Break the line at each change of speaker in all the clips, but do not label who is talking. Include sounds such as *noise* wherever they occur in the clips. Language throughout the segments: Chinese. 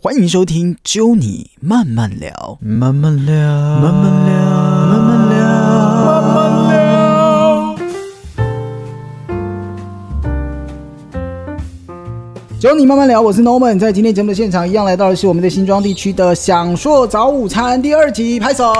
欢迎收听《揪你慢慢聊》，
慢慢聊，
慢慢聊，慢慢聊，慢慢聊。
九你慢慢聊，我是 Norman，在今天节目的现场，一样来到的是我们的新庄地区的享硕早午餐第二集，拍手！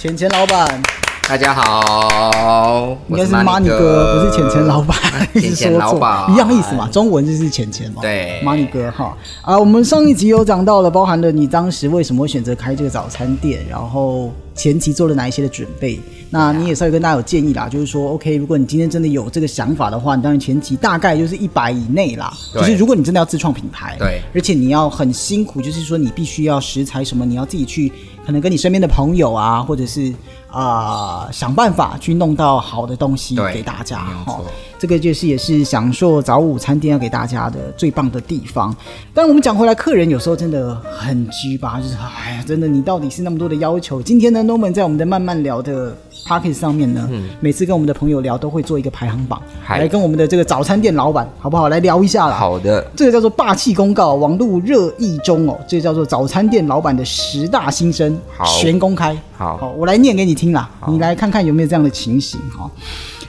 浅浅老板
大家好，
应
我
该是
Money
Money 哥，不是浅浅老
*laughs*
板，一直
浅
说
浅老
错，
板
一样意思嘛，中文就是浅浅嘛，
对
，Money 哥哈啊，我们上一集有讲到了，包含了你当时为什么会选择开这个早餐店，然后前期做了哪一些的准备，那
啊
你也稍微跟大家有建议啦，就是说 OK，如果你今天真的有这个想法的话，你当然前期大概就是一百以内啦，
对
就是如果你真的要自创品牌，
对
而且你要很辛苦，就是说你必须要食材什么，你要自己去，可能跟你身边的朋友啊，或者是啊、想办法去弄到好的东西
对
给大家
没有
哦
错。
这个就是也是享受早午餐店要给大家的最棒的地方。但我们讲回来，客人有时候真的很鸡巴，就是哎呀，真的你到底是那么多的要求。今天呢，Norman 在我们的慢慢聊的 p o c k e t 上面呢，每次跟我们的朋友聊都会做一个排行榜，
嗯嗨
来跟我们的这个早餐店老板好不好来聊一下啦？
好的，
这个叫做霸气公告，网络热议中哦，这个叫做早餐店老板的十大心声，
好
全公开。
好
我来念给你听啦，你来看看有没有这样的情形哈、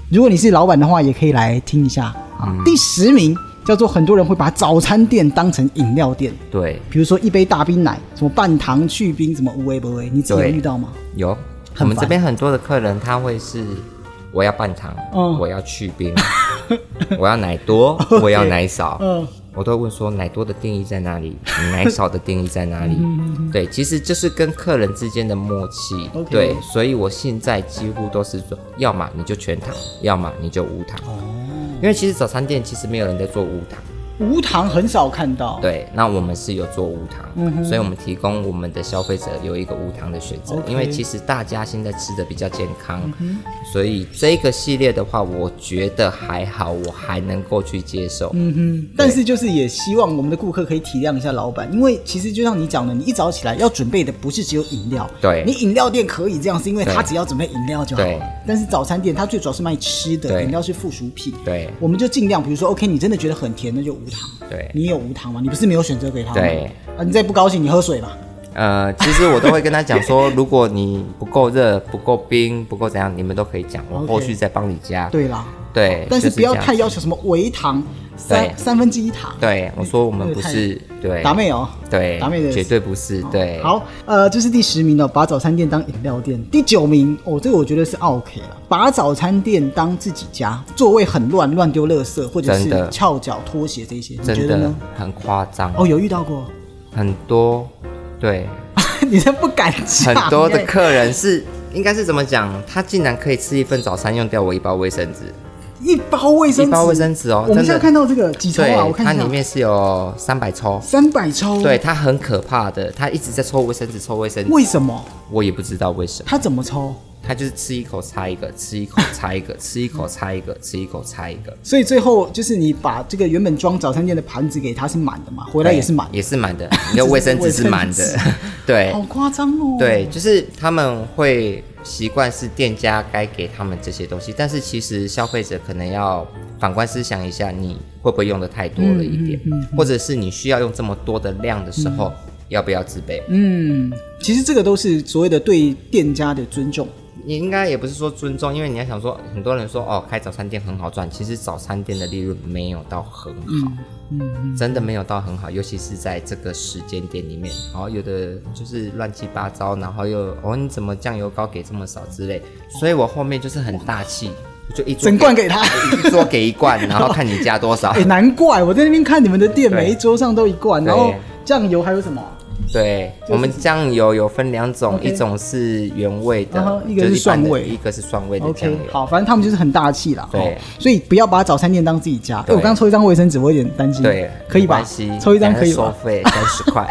如果你是老板的话，也可以来听一下啊。
嗯
第十名叫做很多人会把早餐店当成饮料店，
对，
比如说一杯大冰奶，什么半糖去冰，什么无微不微，你自己有
对
遇到吗？
有
很
我们
烦
这边很多的客人，他会是我要半糖，
嗯
我要去
*laughs*
冰，我要奶多，我要奶少，
嗯
我都会问说奶多的定义在哪里，奶少的定义在哪里？对，其实就是跟客人之间的默契
嗯 OK。
对，所以我现在几乎都是说，要么你就全糖，要么你就无
哦
糖。因为其实早餐店其实没有人在做无糖。
无糖很少看到。
对，那我们是有做无糖，
嗯
所以我们提供我们的消费者有一个无糖的选择
OK 嗯
因为其实大家现在吃的比较健康，所以这个系列的话，我觉得还好，我还能够去接受。
嗯，但是就是也希望我们的顾客可以体谅一下老板，因为其实就像你讲的，你一早起来要准备的不是只有饮料，
对
你饮料店可以这样，是因为
对
他只要准备饮料就好
对
了。但是早餐店它最主要是卖吃的，
对
饮料是附属品。
对
我们就尽量，比如说，OK，你真的觉得很甜，那就无糖。
对
你有无糖吗？你不是没有选择给他吗？
对
啊，你再不高兴，你喝水吧。
呃，其实我都会跟他讲说，如果你不够热、不够冰、不够怎样，你们都可以讲，我
OK
后续再帮你加。
对啦，
对，
但是
哎就
不要
这样
太要求什么微糖，
对
三三分之一糖。
对，我说我们
那个
不
太
是对
达妹哦，
对
达妹的哦
绝对不是对。
好，呃，这是第十名哦，把早餐店当饮料店。第九名哦，这个我觉得是 OK 了，把早餐店当自己家，座位很乱，乱丢垃圾或者
真
是
的
翘脚拖鞋这些，你觉得
真的
呢？
很夸张
哦，有遇到过， *laughs*
很多，对，
你这不敢讲
很多的
欸
客人是应该是怎么讲？他竟然可以吃一份早餐用掉我一包卫生纸，
一包卫生纸，
一包卫生纸哦
我们
真的
现在看到这个几抽啊？我
对，它
看一
里
下，
面是有三百抽，
三百抽，
对，，它很可怕的，它一直在抽卫生纸，抽卫生纸，
为什么？
我也不知道为什么，
他怎么抽？
它就是吃一口拆一个，吃一口拆一个，
*laughs*
吃一口拆一个，吃一口拆一个，
所以最后就是你把这个原本装早餐店的盘子给他是满的嘛，回
回
来也是满的，
也是
*laughs*
满的，你的卫生纸是满
这是
的， *laughs* 对
好夸张哦。
对，就是他们会习惯是店家该给他们这些东西，但是其实消费者可能要反观思想一下，你会不会用的太多了一点，或者是你需要用这么多的量的时候，要不要自备？
嗯，其实这个都是所谓的对店家的尊重。
你应该也不是说尊重，因为你要想说，很多人说哦，开早餐店很好赚，其实早餐店的利润没有到很
嗯
好，嗯真的没有到很好，尤其是在这个时间点里面，然后有的就是乱七八糟，然后又哦你怎么酱油膏给这么少之类，所以我后面就是很大气，我就一桌
整罐给他
一桌给一罐，然后看你加多少
*laughs* 哎、，难怪我在那边看你们的店，
对
每一桌上都一罐，然后
啊对
酱油还有什么啊？
对，我们酱油有分两种，
OK
一种是原味
嗯
的，
哼一个是
就一般的
蒜味
一个是蒜味的酱
OK，
油。
好，反正他们就是很大气啦。
对
哦所以不要把早餐店当自己家。哎、
对
我刚抽一张卫生纸，我有点担心。
对，
嗯可以
没
吧
关系？
抽一张可以
收
吧？
费三十块。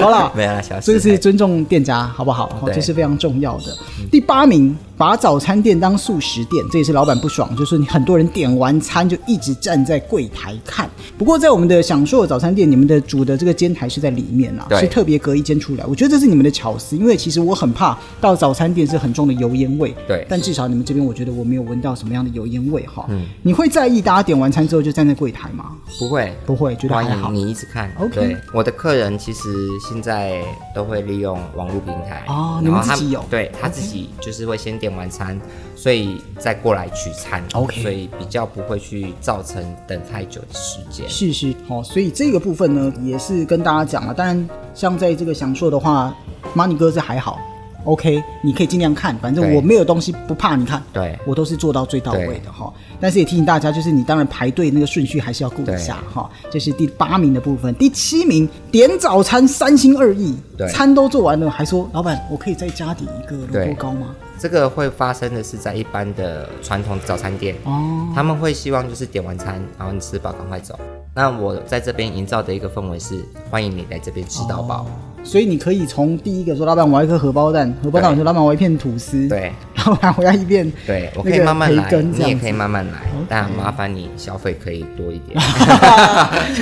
好啦， *laughs*
*laughs* 没有啦，小
这个
事哎
是尊重店家，好不好？哦嗯
对
这是非常重要的。第八名把早餐店当素食店，这也是老板不爽，就是你很多人点完餐就一直站在柜台看。不过在我们的享受早餐店，你们的煮的这个煎台是在里面啊，
对
是特别隔一间出来。我觉得这是你们的巧思，因为其实我很怕到早餐店是很重的油烟味，
对
但至少你们这边我觉得我没有闻到什么样的油烟味哈。嗯，你会在意大家点完餐之后就站在柜台吗？
不会，
不会，觉得
欢
还好
迎。你一直看。
OK
对，我的客人其实现在都会利用网络平台
哦你
然
们
后他
自己有
对他自己就是会先点完餐，所以再过来取餐。
OK
所以比较不会去造成等太久的时间。
是是，好、所以这个部分呢，也是跟大家讲了。当然，像在这个享受的话，马尼哥是还好，OK，你可以尽量看，反正
对
我没有东西不怕你看，
对
我都是做到最到位
对
的哈、但是也提醒大家，就是你当然排队那个顺序还是要顾一下哈、这是第八名的部分，第七名点早餐三心二意
对，
餐都做完了，还说老板，我可以再加点一个萝卜
对
糕吗？
这个会发生的是在一般的传统早餐店，
哦，
他们会希望就是点完餐，然后你吃饱赶快走。那我在这边营造的一个氛围是，欢迎你来这边吃到饱。
所以你可以从第一个说，老板我要一颗荷包蛋，荷包蛋我
对
说老板我要一片吐司，
对
老板我要一片
对，我
那
可以
个
慢慢
培
来，
根
你
这
也
样
可以
子。
慢慢来，但麻烦你消费可以多一点。
*laughs*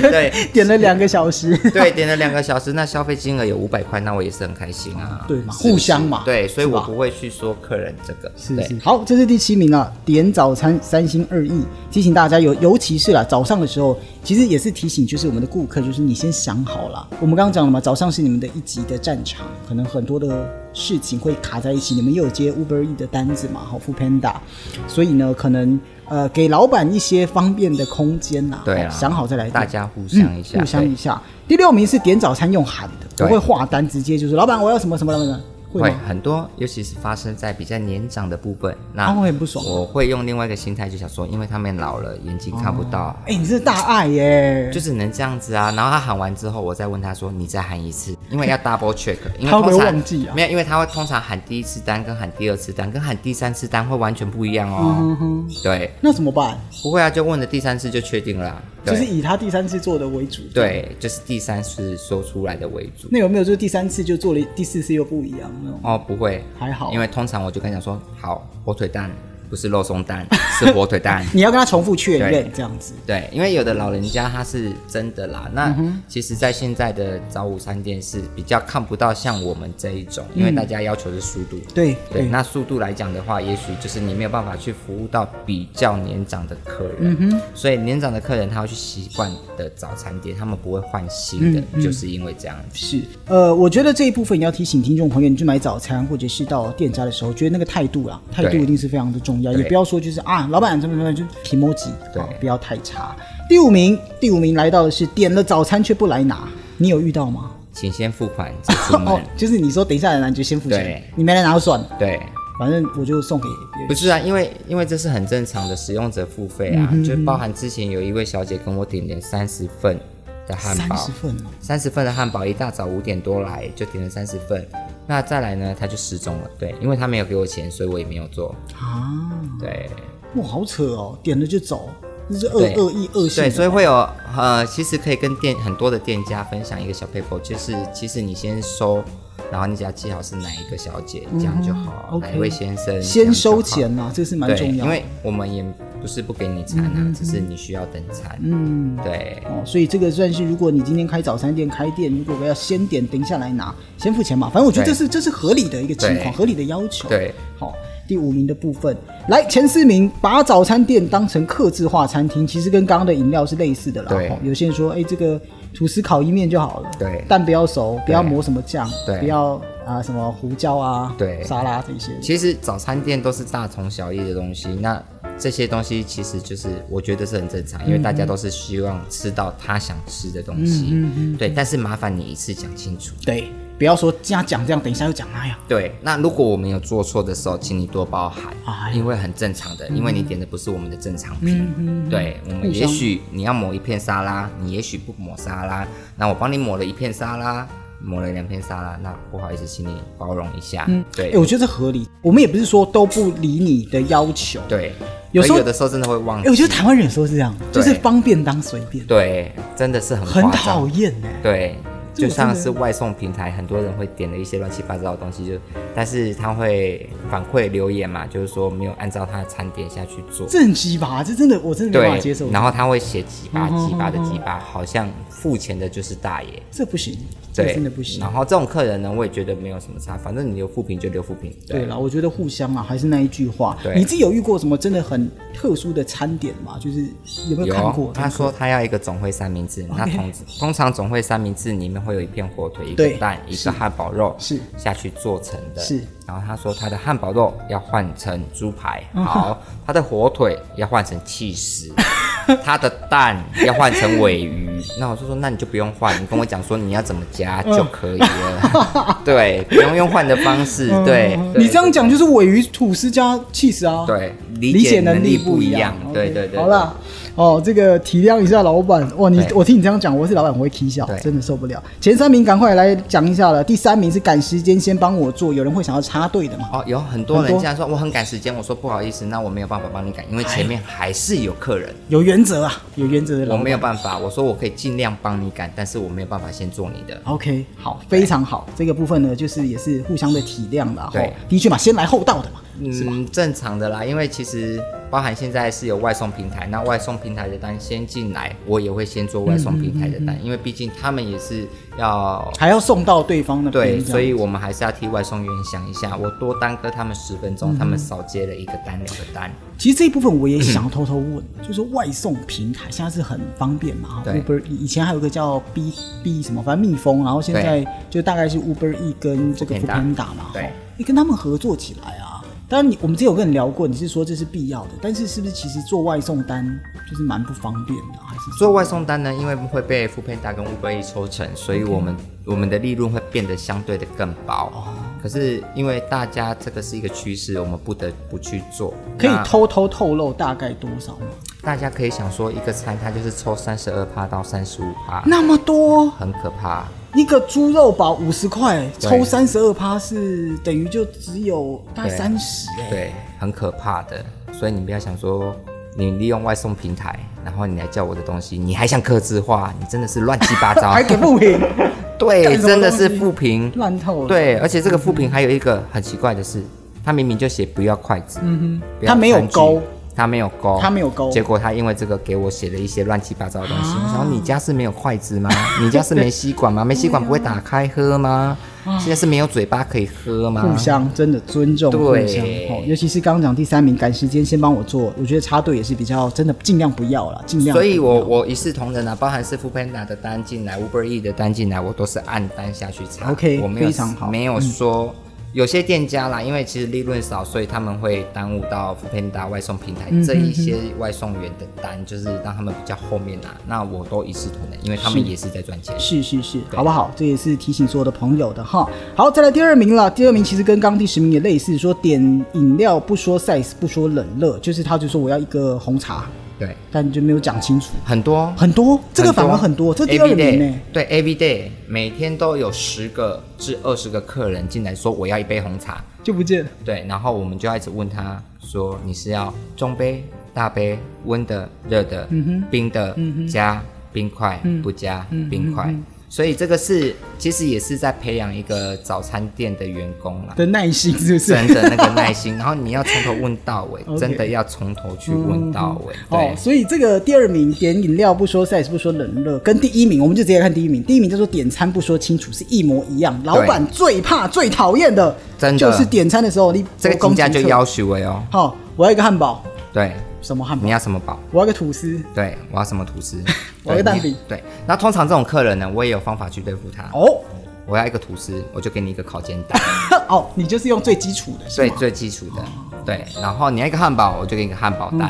对
点了两个小时，
对，点了两个小时，那消费金额有五百块，那我也是很开心啊。
对嘛
是不是
*laughs* 互相嘛
对，所以
是
我
吧
不会去说客人这个。
是
对
是，好，这是第七名了。点早餐三心二意，提醒大家有，尤其是啦，早上的时候，其实也是提醒，就是我们的顾客，就是你先想好了。我们刚刚讲了嘛，早上是你们的一级的战场，可能很多的事情会卡在一起。你们又有接 Uber E 的单子嘛，好 f o o Panda，所以呢，可能呃给老板一些方便的空间呐。
对啊，
好想好再来点。
大家互相一下，
嗯，互相
对
一下。第六名是点早餐用喊的，不
对
会画单，直接就是老板我要什么什么什么，会
会
吗？
很多，尤其是发生在比较年长的部分，
他
那
哦们会很不爽
我会用另外一个心态，就想说，因为他们老了，眼睛看不到，
哎、你是大爱耶！
就只能这样子啊。然后他喊完之后，我再问他说，你再喊一次，因
*laughs*
为要 double check，因为
他会不会
通常
忘记啊
没有，因为他会通常喊第一次单跟喊第二次单跟喊第三次单会完全不一样
嗯
哦。对，
那怎么办？
不会啊，就问了第三次就确定了啊。对
就是以他第三次做的为主。，
对，就是第三次说出来的为主。
那有没有就是第三次就做了，第四次又不一样那种？
哦，不会，
还好
因为通常我就跟他讲说，好，火腿蛋不是肉松蛋，是火腿
*laughs*
蛋。 *laughs*
你要跟他重复确认
对
这样子。
对，因为有的老人家他是真的啦。
嗯
那其实，在现在的早午餐店是比较看不到像我们这一种，因为大家要求是速度。
嗯对
对，那速度来讲的话，也许就是你没有办法去服务到比较年长的客人，
嗯
所以年长的客人他会去习惯的早餐店，他们不会换新
嗯
的，就是因为这样子。
是，呃，我觉得这一部分也要提醒听众朋友，你去买早餐或者是到店家的时候，觉得那个态度啊，态度
对
一定是非常的重要，也
对
不要说就是啊，老板怎么怎么就 e m o j i
对
不要太差。第五名，第五名来到的是点了早餐却不来拿，你有遇到吗？
请先付款再出门。
哦，就是你说等一下来拿你就先付钱
对，
你没来拿就算了，
对，
反正我就送给别人。
不是啊，因为因为这是很正常的使用者付费
嗯
啊，就包含之前有一位小姐跟我点了三十份的汉
三
堡
十，份哦，
三十份的汉堡，一大早五点多来就点了三十份，那再来呢，她就失踪了。对，因为她没有给我钱，所以我也没有做。
啊，
对，
哇，好扯哦，点了就走，这是恶
对
恶意恶性
对，
的。
所以会有呃，其实可以跟店很多的店家分享一个小 paper，就是其实你先收，然后你只要记好是哪一个小姐，这样就好，
嗯 OK
哪一位先生，
先收
这样
钱呐、啊，这是
就好
蛮重
对，
要的。嗯
因为我们也不是不给你餐啊，只是你需要等餐。嗯，对，
哦，所以这个算是，如果你今天开早餐店开店，如果要先点，等一下来拿，先付钱嘛。反正我觉得这是这是合理的一个情况，
对
合理的要求。
对，
好、第五名的部分，来前四名，把早餐店当成客制化餐厅，其实跟刚刚的饮料是类似的啦。
对
哦有些人说，哎，这个吐司烤一面就好了，
对
蛋不要熟，不要抹什么酱，
对
不要啊、什么胡椒啊，
对
沙拉这些。
其实早餐店都是大同小异的东西，那这些东西其实就是我觉得是很正常，因为大家
嗯
都是希望吃到他想吃的东西。
嗯
对，但是麻烦你一次讲清楚。
对，不要说这样讲这样，等一下又讲那样。
对，那如果我们有做错的时候，请你多包涵，
哎嗯
因为很正常的，因为你点的不是我们的正常品。对，我
互
们
相
也许你要抹一片沙拉，你也许不抹沙拉，那我帮你抹了一片沙拉，抹了两片沙拉，那不好意思，请你包容一下。对
哎、，我觉得这合理。我们也不是说都不理你的要求，
对，
有时候
而有的时候真的会忘
哎、
记。
我觉得台湾人有时候是这样，就
对
是方便当随便，
对，真的是很
很
夸张
讨。厌哎。
对，就像
这
是
我真的
外送平台，很多人会点了一些乱七八糟的东西，就但是他会反馈留言嘛，就是说没有按照他的餐点下去做。
这很鸡巴，这真的我真的没办法
对
接受，。嗯
然后他会写鸡巴鸡巴的鸡巴，好像付钱的就是大爷，
这不行，这
对，
真的不行
然。后这种客人呢，我也觉得没有什么差，反正你留负评就留负评。
对了，我觉得互相啊，还是那一句话。
对
你自己有遇过什么真的很特殊的餐点吗？就是有没有看过？
他说他要一个总会三明治，那通通常总会三明治里面会有一片火腿、一个
对
蛋、一个汉堡肉，
是
下去做成的。
是，
然后他说他的汉堡肉要换成
*laughs*
猪排，好，他的火腿要换成气死。他的蛋要换成尾鱼，那我就说，那你就不用换，你跟我讲说你要怎么加就可
*laughs*
以了，对，不用用换的方式，对。对
嗯你这样讲就是尾鱼吐司加 cheese 啊。。
对，
理
理
解
解
能
能
力
力
不
不
一
一
样
样。，对
OK，
对对。
好啦，哦，这个体谅一下老板，哇，你
对
我听你这样讲，我是老板我会啼笑
对，
真的受不了。前三名赶快来讲一下了，第三名是赶时间先帮我做，有人会想要插队的嘛？
哦，有很多
很
人
多
这样说，我很赶时间。我说不好意思，那我没有办法帮你赶，因为前面还是有客人，
有原则啊，有原则的老
我
板
没有办法。我说我可以尽量帮你赶，但是我没有办法先做你的。
OK，好，非常好。这个部分呢，就是也是互相的体谅啦。
对
吼，的确嘛，先来后到的嘛。
嗯，正常的啦，因为其实包含现在是有外送平台，那外送平台的单先进来，我也会先做外送平台
嗯
的单，因为毕竟他们也是要
还要送到对方那边，
对，
这样
所以我们还是要替外送员想一下，我多耽搁他们十分钟，
嗯
他们少接了一个单两个单。
其实这一部分我也想要偷偷问，就是说外送平台现在是很方便嘛哈
对
，Uber 以前还有一个叫 B B 什么，反正蜜蜂，然后现在就大概是 Uber E 跟这个 f o o
Foodpanda，
Panda 嘛，
对
哈，你跟他们合作起来啊。当然你，我们之前有跟你聊过，你是说这是必要的，但是是不是其实做外送单就是蛮不方便的，还是
做外送单呢，因为会被 f o o Panda 跟 Uber Eats 抽成，所以我们我们的利润会变得相对的更薄。
哦
可是因为大家这个是一个趋势，我们不得不去做。
可以
那
偷偷透露大概多少吗？
大家可以想说，一个餐它就是抽三十二趴到三十五趴，
那么多，
很可怕。
一个猪肉堡五十块，
对
抽三十二趴是等于就只有大概
对啊
三十哎。
对，很可怕的。所以你不要想说，你利用外送平台，然后你来叫我的东西，你还想克制化，你真的是乱七八糟，
*laughs* 还给不平，干
对，
什么
真的
东
是
西
负评，
烂透了。，
对，而且这个副评还有一个很奇怪的是，他明明就写不要筷子，嗯哼，
他没有勾，
他没有勾，
他没有啊勾
结果他因为这个给我写了一些乱七八糟的东西。我想你家是没有筷子吗？你家是没吸管吗？没吸管不会打开
*laughs*
喝吗？现在是没有嘴巴可以喝吗？
啊互相真的尊重，互
对
相哦，尤其是刚刚讲第三名，赶时间先帮我做，我觉得插队也是比较真的尽量不要了，尽量不
所
要。
以我我一视同仁啊，包含是 f o o p a n d a 的单进来，Uber E 的单进来，我都是按单下去查。
OK，
我没有
非常好嗯
没有说、有些店家啦，因为其实利润少，所以他们会耽误到 f o o p a n d a 外送平台、
嗯
这一些外送员的单，就是让他们比较后面拿。那我都一视同仁，因为他们也是在赚钱。
是是是，好不好？这也是提醒所有的朋友的哈。好，再来第二名了。第二名其实跟刚刚第十名也类似，说点饮料不说 size，不说冷热，就是他就说我要一个红茶，
对，
但就没有讲清楚。
很多
很多，这个反而很多，这第二
every
名呢、
day，对，every day 每天都有十个至二十个客人进来说我要一杯红茶。
就不见了。
对，然后我们就要一直问他说你是要中杯、大杯、温的、热的、
嗯
冰的、加冰块、不加
嗯
冰块。所以这个是其实也是在培养一个早餐店的员工啦。
的耐心是不是？
真的那个耐
*laughs*
心，然后你要从头问到尾
OK，
真的要从头去问到尾。
哦
对，，
所以这个第二名点饮料不说 size 不说冷热，跟第一名我们就直接看第一名，第一名叫做点餐不说清楚是一模一样。老板最怕最讨厌的，
真的
就是点餐的时候你
这个
公
金价就要求我哦。
好、我要一个汉堡，
对，
什么汉堡
你？要什么堡？
我要一个吐司。？
对，我要什么吐司
*laughs* 我要一个蛋饼
对，那通常这种客人呢，我也有方法去对付他。
哦 *laughs*
我要一个吐司，我就给你一个烤煎蛋， *laughs*
哦，你就是用最基础的，是
最
吗？
最基础的。对，然后你要一个汉堡，我就给你一个汉堡
嗯
蛋。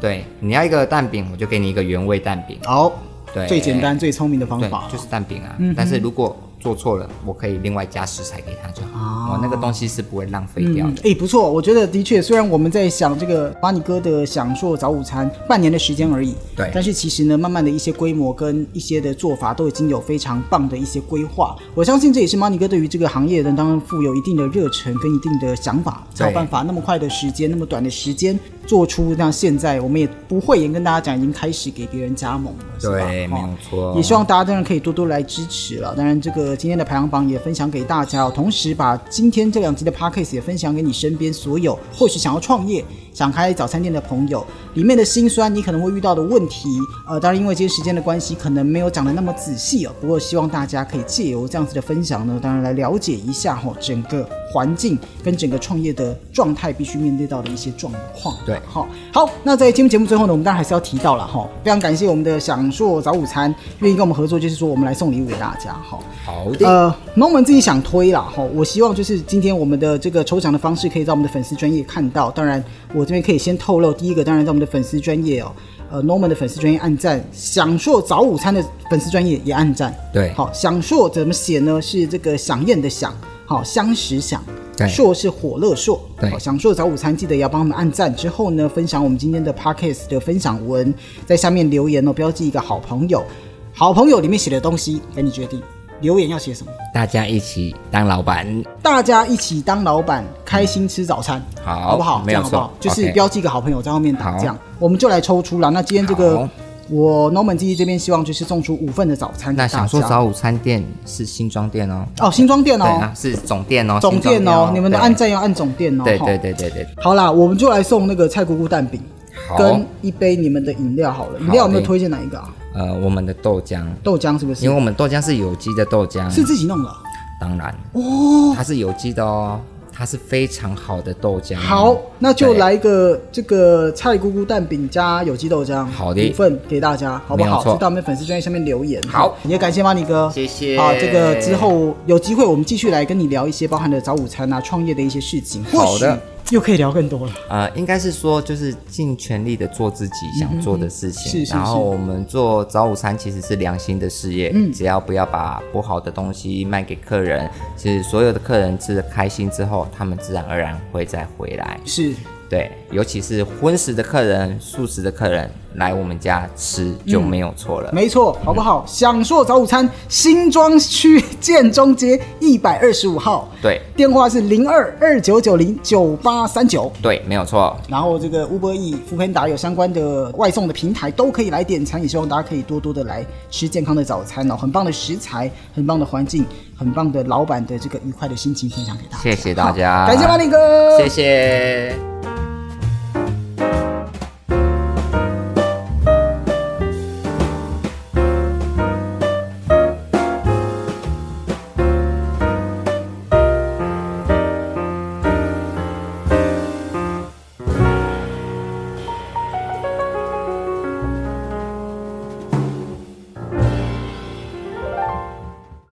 对，你要一个蛋饼，我就给你一个原味蛋饼。
好，
对
最简单最聪明的方
对
法，嗯
就是蛋饼啊。但是如果做错了，我可以另外加食材给他就好。我、那个东西是不会浪费掉
哦嗯
的。，
哎，不错，我觉得的确，虽然我们在想这个巴尼哥的享受早午餐半年的时间而已，
对
但是其实呢，慢慢的一些规模跟一些的做法都已经有非常棒的一些规划。我相信这也是马尼哥对于这个行业的当然富有一定的热忱跟一定的想法，才有
对
办法那么快的时间，那么短的时间做出。那现在我们也不会也跟大家讲，已经开始给别人加盟了，是吧
对，没
哦
有错。
也希望大家当然可以多多来支持了。当然，这个今天的排行榜也分享给大家哦，同时把今天这两集的 podcast 也分享给你身边所有或许想要创业、想开早餐店的朋友，里面的辛酸，你可能会遇到的问题。呃，当然因为今天时间的关系，可能没有讲的那么仔细哦。不过希望大家可以借由这样子的分享呢，当然来了解一下哈、哦、整个环境跟整个创业的状态必须面对到的一些状况。
对
好，好，那在今天节目最后呢，我们当然还是要提到了哈，非常感谢我们的享硕早午餐愿意跟我们合作，就是说我们来送礼物给大家哈。
好的，
呃，那我们自己想推啦哈，我希望就是今天我们的这个抽奖的方式可以在我们的粉丝专业看到，当然我这边可以先透露，第一个当然在我们的粉丝专业哦。呃，Norman 的粉丝专业暗赞，享受早午餐的粉丝专业也暗赞。
对
好，享受怎么写呢？是这个享宴的享，好，相识享，
对
硕是火乐硕，
对
好享受早午餐，记得也要帮我们按赞。之后呢，分享我们今天的 podcast 的分享文，在下面留言哦，标记一个好朋友，好朋友里面写的东西给你决定，留言要写什么，
大家一起当老板。
大家一起当老板，开心吃早餐，
嗯好
好不好？这
没有
样好不好
错？
就是标记一个好朋友在后面打
好
这样，我们就来抽出了。那今天这个
好。
我 Norman 基地这边希望就是送出五份的早餐给
那
大家。
想说早午餐店是新庄店哦，
哦，新庄店
对
哦，
啊，是总店哦，
总
新庄
店哦，你们的
对
按赞要按总店哦。
对
哈
对对对对，
好啦，我们就来送那个菜姑姑蛋饼
好，
跟一杯你们的饮料好了。饮料有没有推荐哪一个啊？
呃，我们的豆浆，
豆浆是不是
因为？我嗯们豆浆是有机的豆浆，
是自己弄的啊。
当然哦，它是有机的哦，它是非常好的豆浆。哦
好，那就
对
来一个这个菜姑姑蛋饼加有机豆浆，
好的
五份给大家，好不
没有
好？
错
就到我们的粉丝专页下面留言。
好
哈也感谢马尼哥，
谢谢
好，啊这个之后有机会我们继续来跟你聊一些包含的早午餐啊、创业的一些事情，或
好
许
的
又可以聊更多了。
呃，应该是说就是尽全力的做自己想做的事情，
嗯是是
然后
是
我们做早午餐其实是良心的事业，
嗯
只要不要把不好的东西卖给客人，其实所有的客人吃的开心之后，他们自然而然会再回来。
是，
对，尤其是荤食的客人、素食的客人来我们家吃就
嗯
没有错了。
没错，好不好？享受早午餐，新庄区建中街一百二十五号，
对
电话是零二二九九零九八三九。
对，没有错。
然后这个 Uber E、福肯达有相关的外送的平台都可以来点餐，也希望大家可以多多的来吃健康的早餐哦，很棒的食材，很棒的环境，很棒的老板的这个愉快的心情分享给大家。
谢谢大家
好感谢马里哥，
谢谢。